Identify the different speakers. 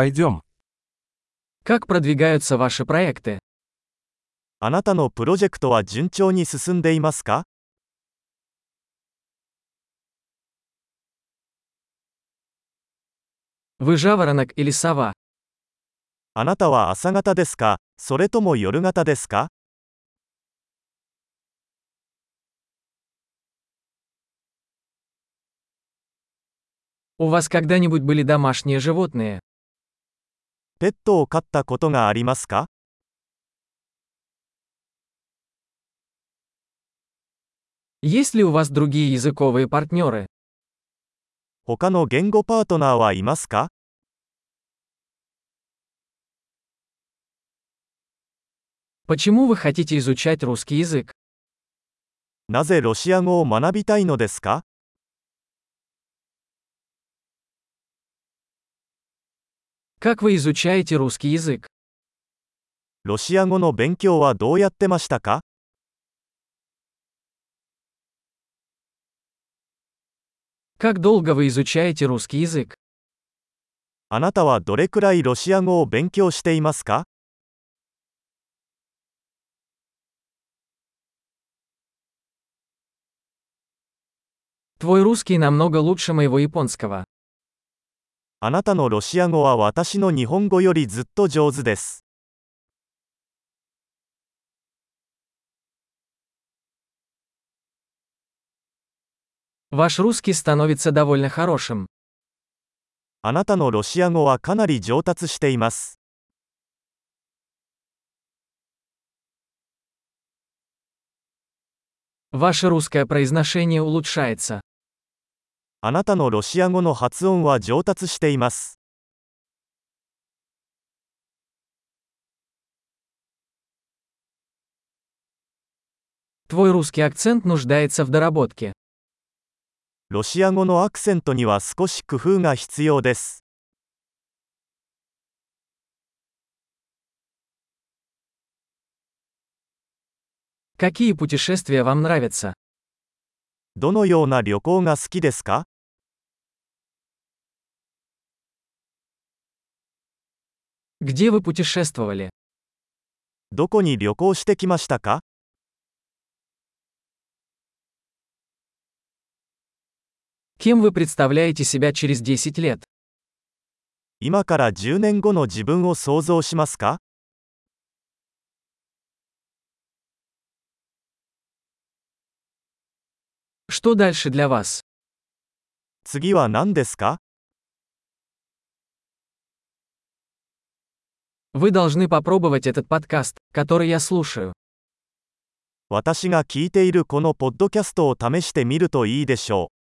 Speaker 1: Пойдем.
Speaker 2: Как продвигаются ваши проекты?
Speaker 3: あなたのプロジェクトは順調に進んでいますか
Speaker 2: Вы жаворонок или сова?
Speaker 3: あなたは朝方ですかそれとも夜型ですか
Speaker 2: У вас когда-нибудь были домашние животные?
Speaker 3: ペットを飼ったことがありますか
Speaker 2: Есть ли у вас другие языковые партнеры?
Speaker 3: 他の言語パートナーはいますか
Speaker 2: Почему вы хотите изучать русский язык?
Speaker 3: なぜロシア語を学びたいのですか
Speaker 2: Как вы изучаете русский язык?
Speaker 3: ロシア語の勉強はどうやってましたか
Speaker 2: Как долго вы изучаете русский язык?
Speaker 3: あなたはどれくらいロシア語を勉強していますか
Speaker 2: Твой русский намного лучше моего японского.
Speaker 3: あなたのロシア語は私の日本語よりずっと上手です。
Speaker 2: Ваш русский становится довольно хорошим.
Speaker 3: あなたのロシア語はかなり上達しています。
Speaker 2: Ваше русское произношение улучшается.
Speaker 3: あなたのロシア語の発音は上達しています。
Speaker 2: Твой русский акцент нуждается в доработке.
Speaker 3: ロシア語のアクセントには少し工夫が必要です。
Speaker 2: Какие путешествия вам нравятся?
Speaker 3: どのような旅行が好きですか
Speaker 2: Где вы путешествовали?
Speaker 3: どこに旅行してきましたか
Speaker 2: Кем вы представляете себя через 10 лет?
Speaker 3: 今から10年後の自分を想像しますか
Speaker 2: Что дальше для вас?
Speaker 3: 次は何ですか
Speaker 2: Вы должны попробовать этот подкаст, который я слушаю.
Speaker 3: 私が聞いているこのポッドキャストを試してみるといいでしょう。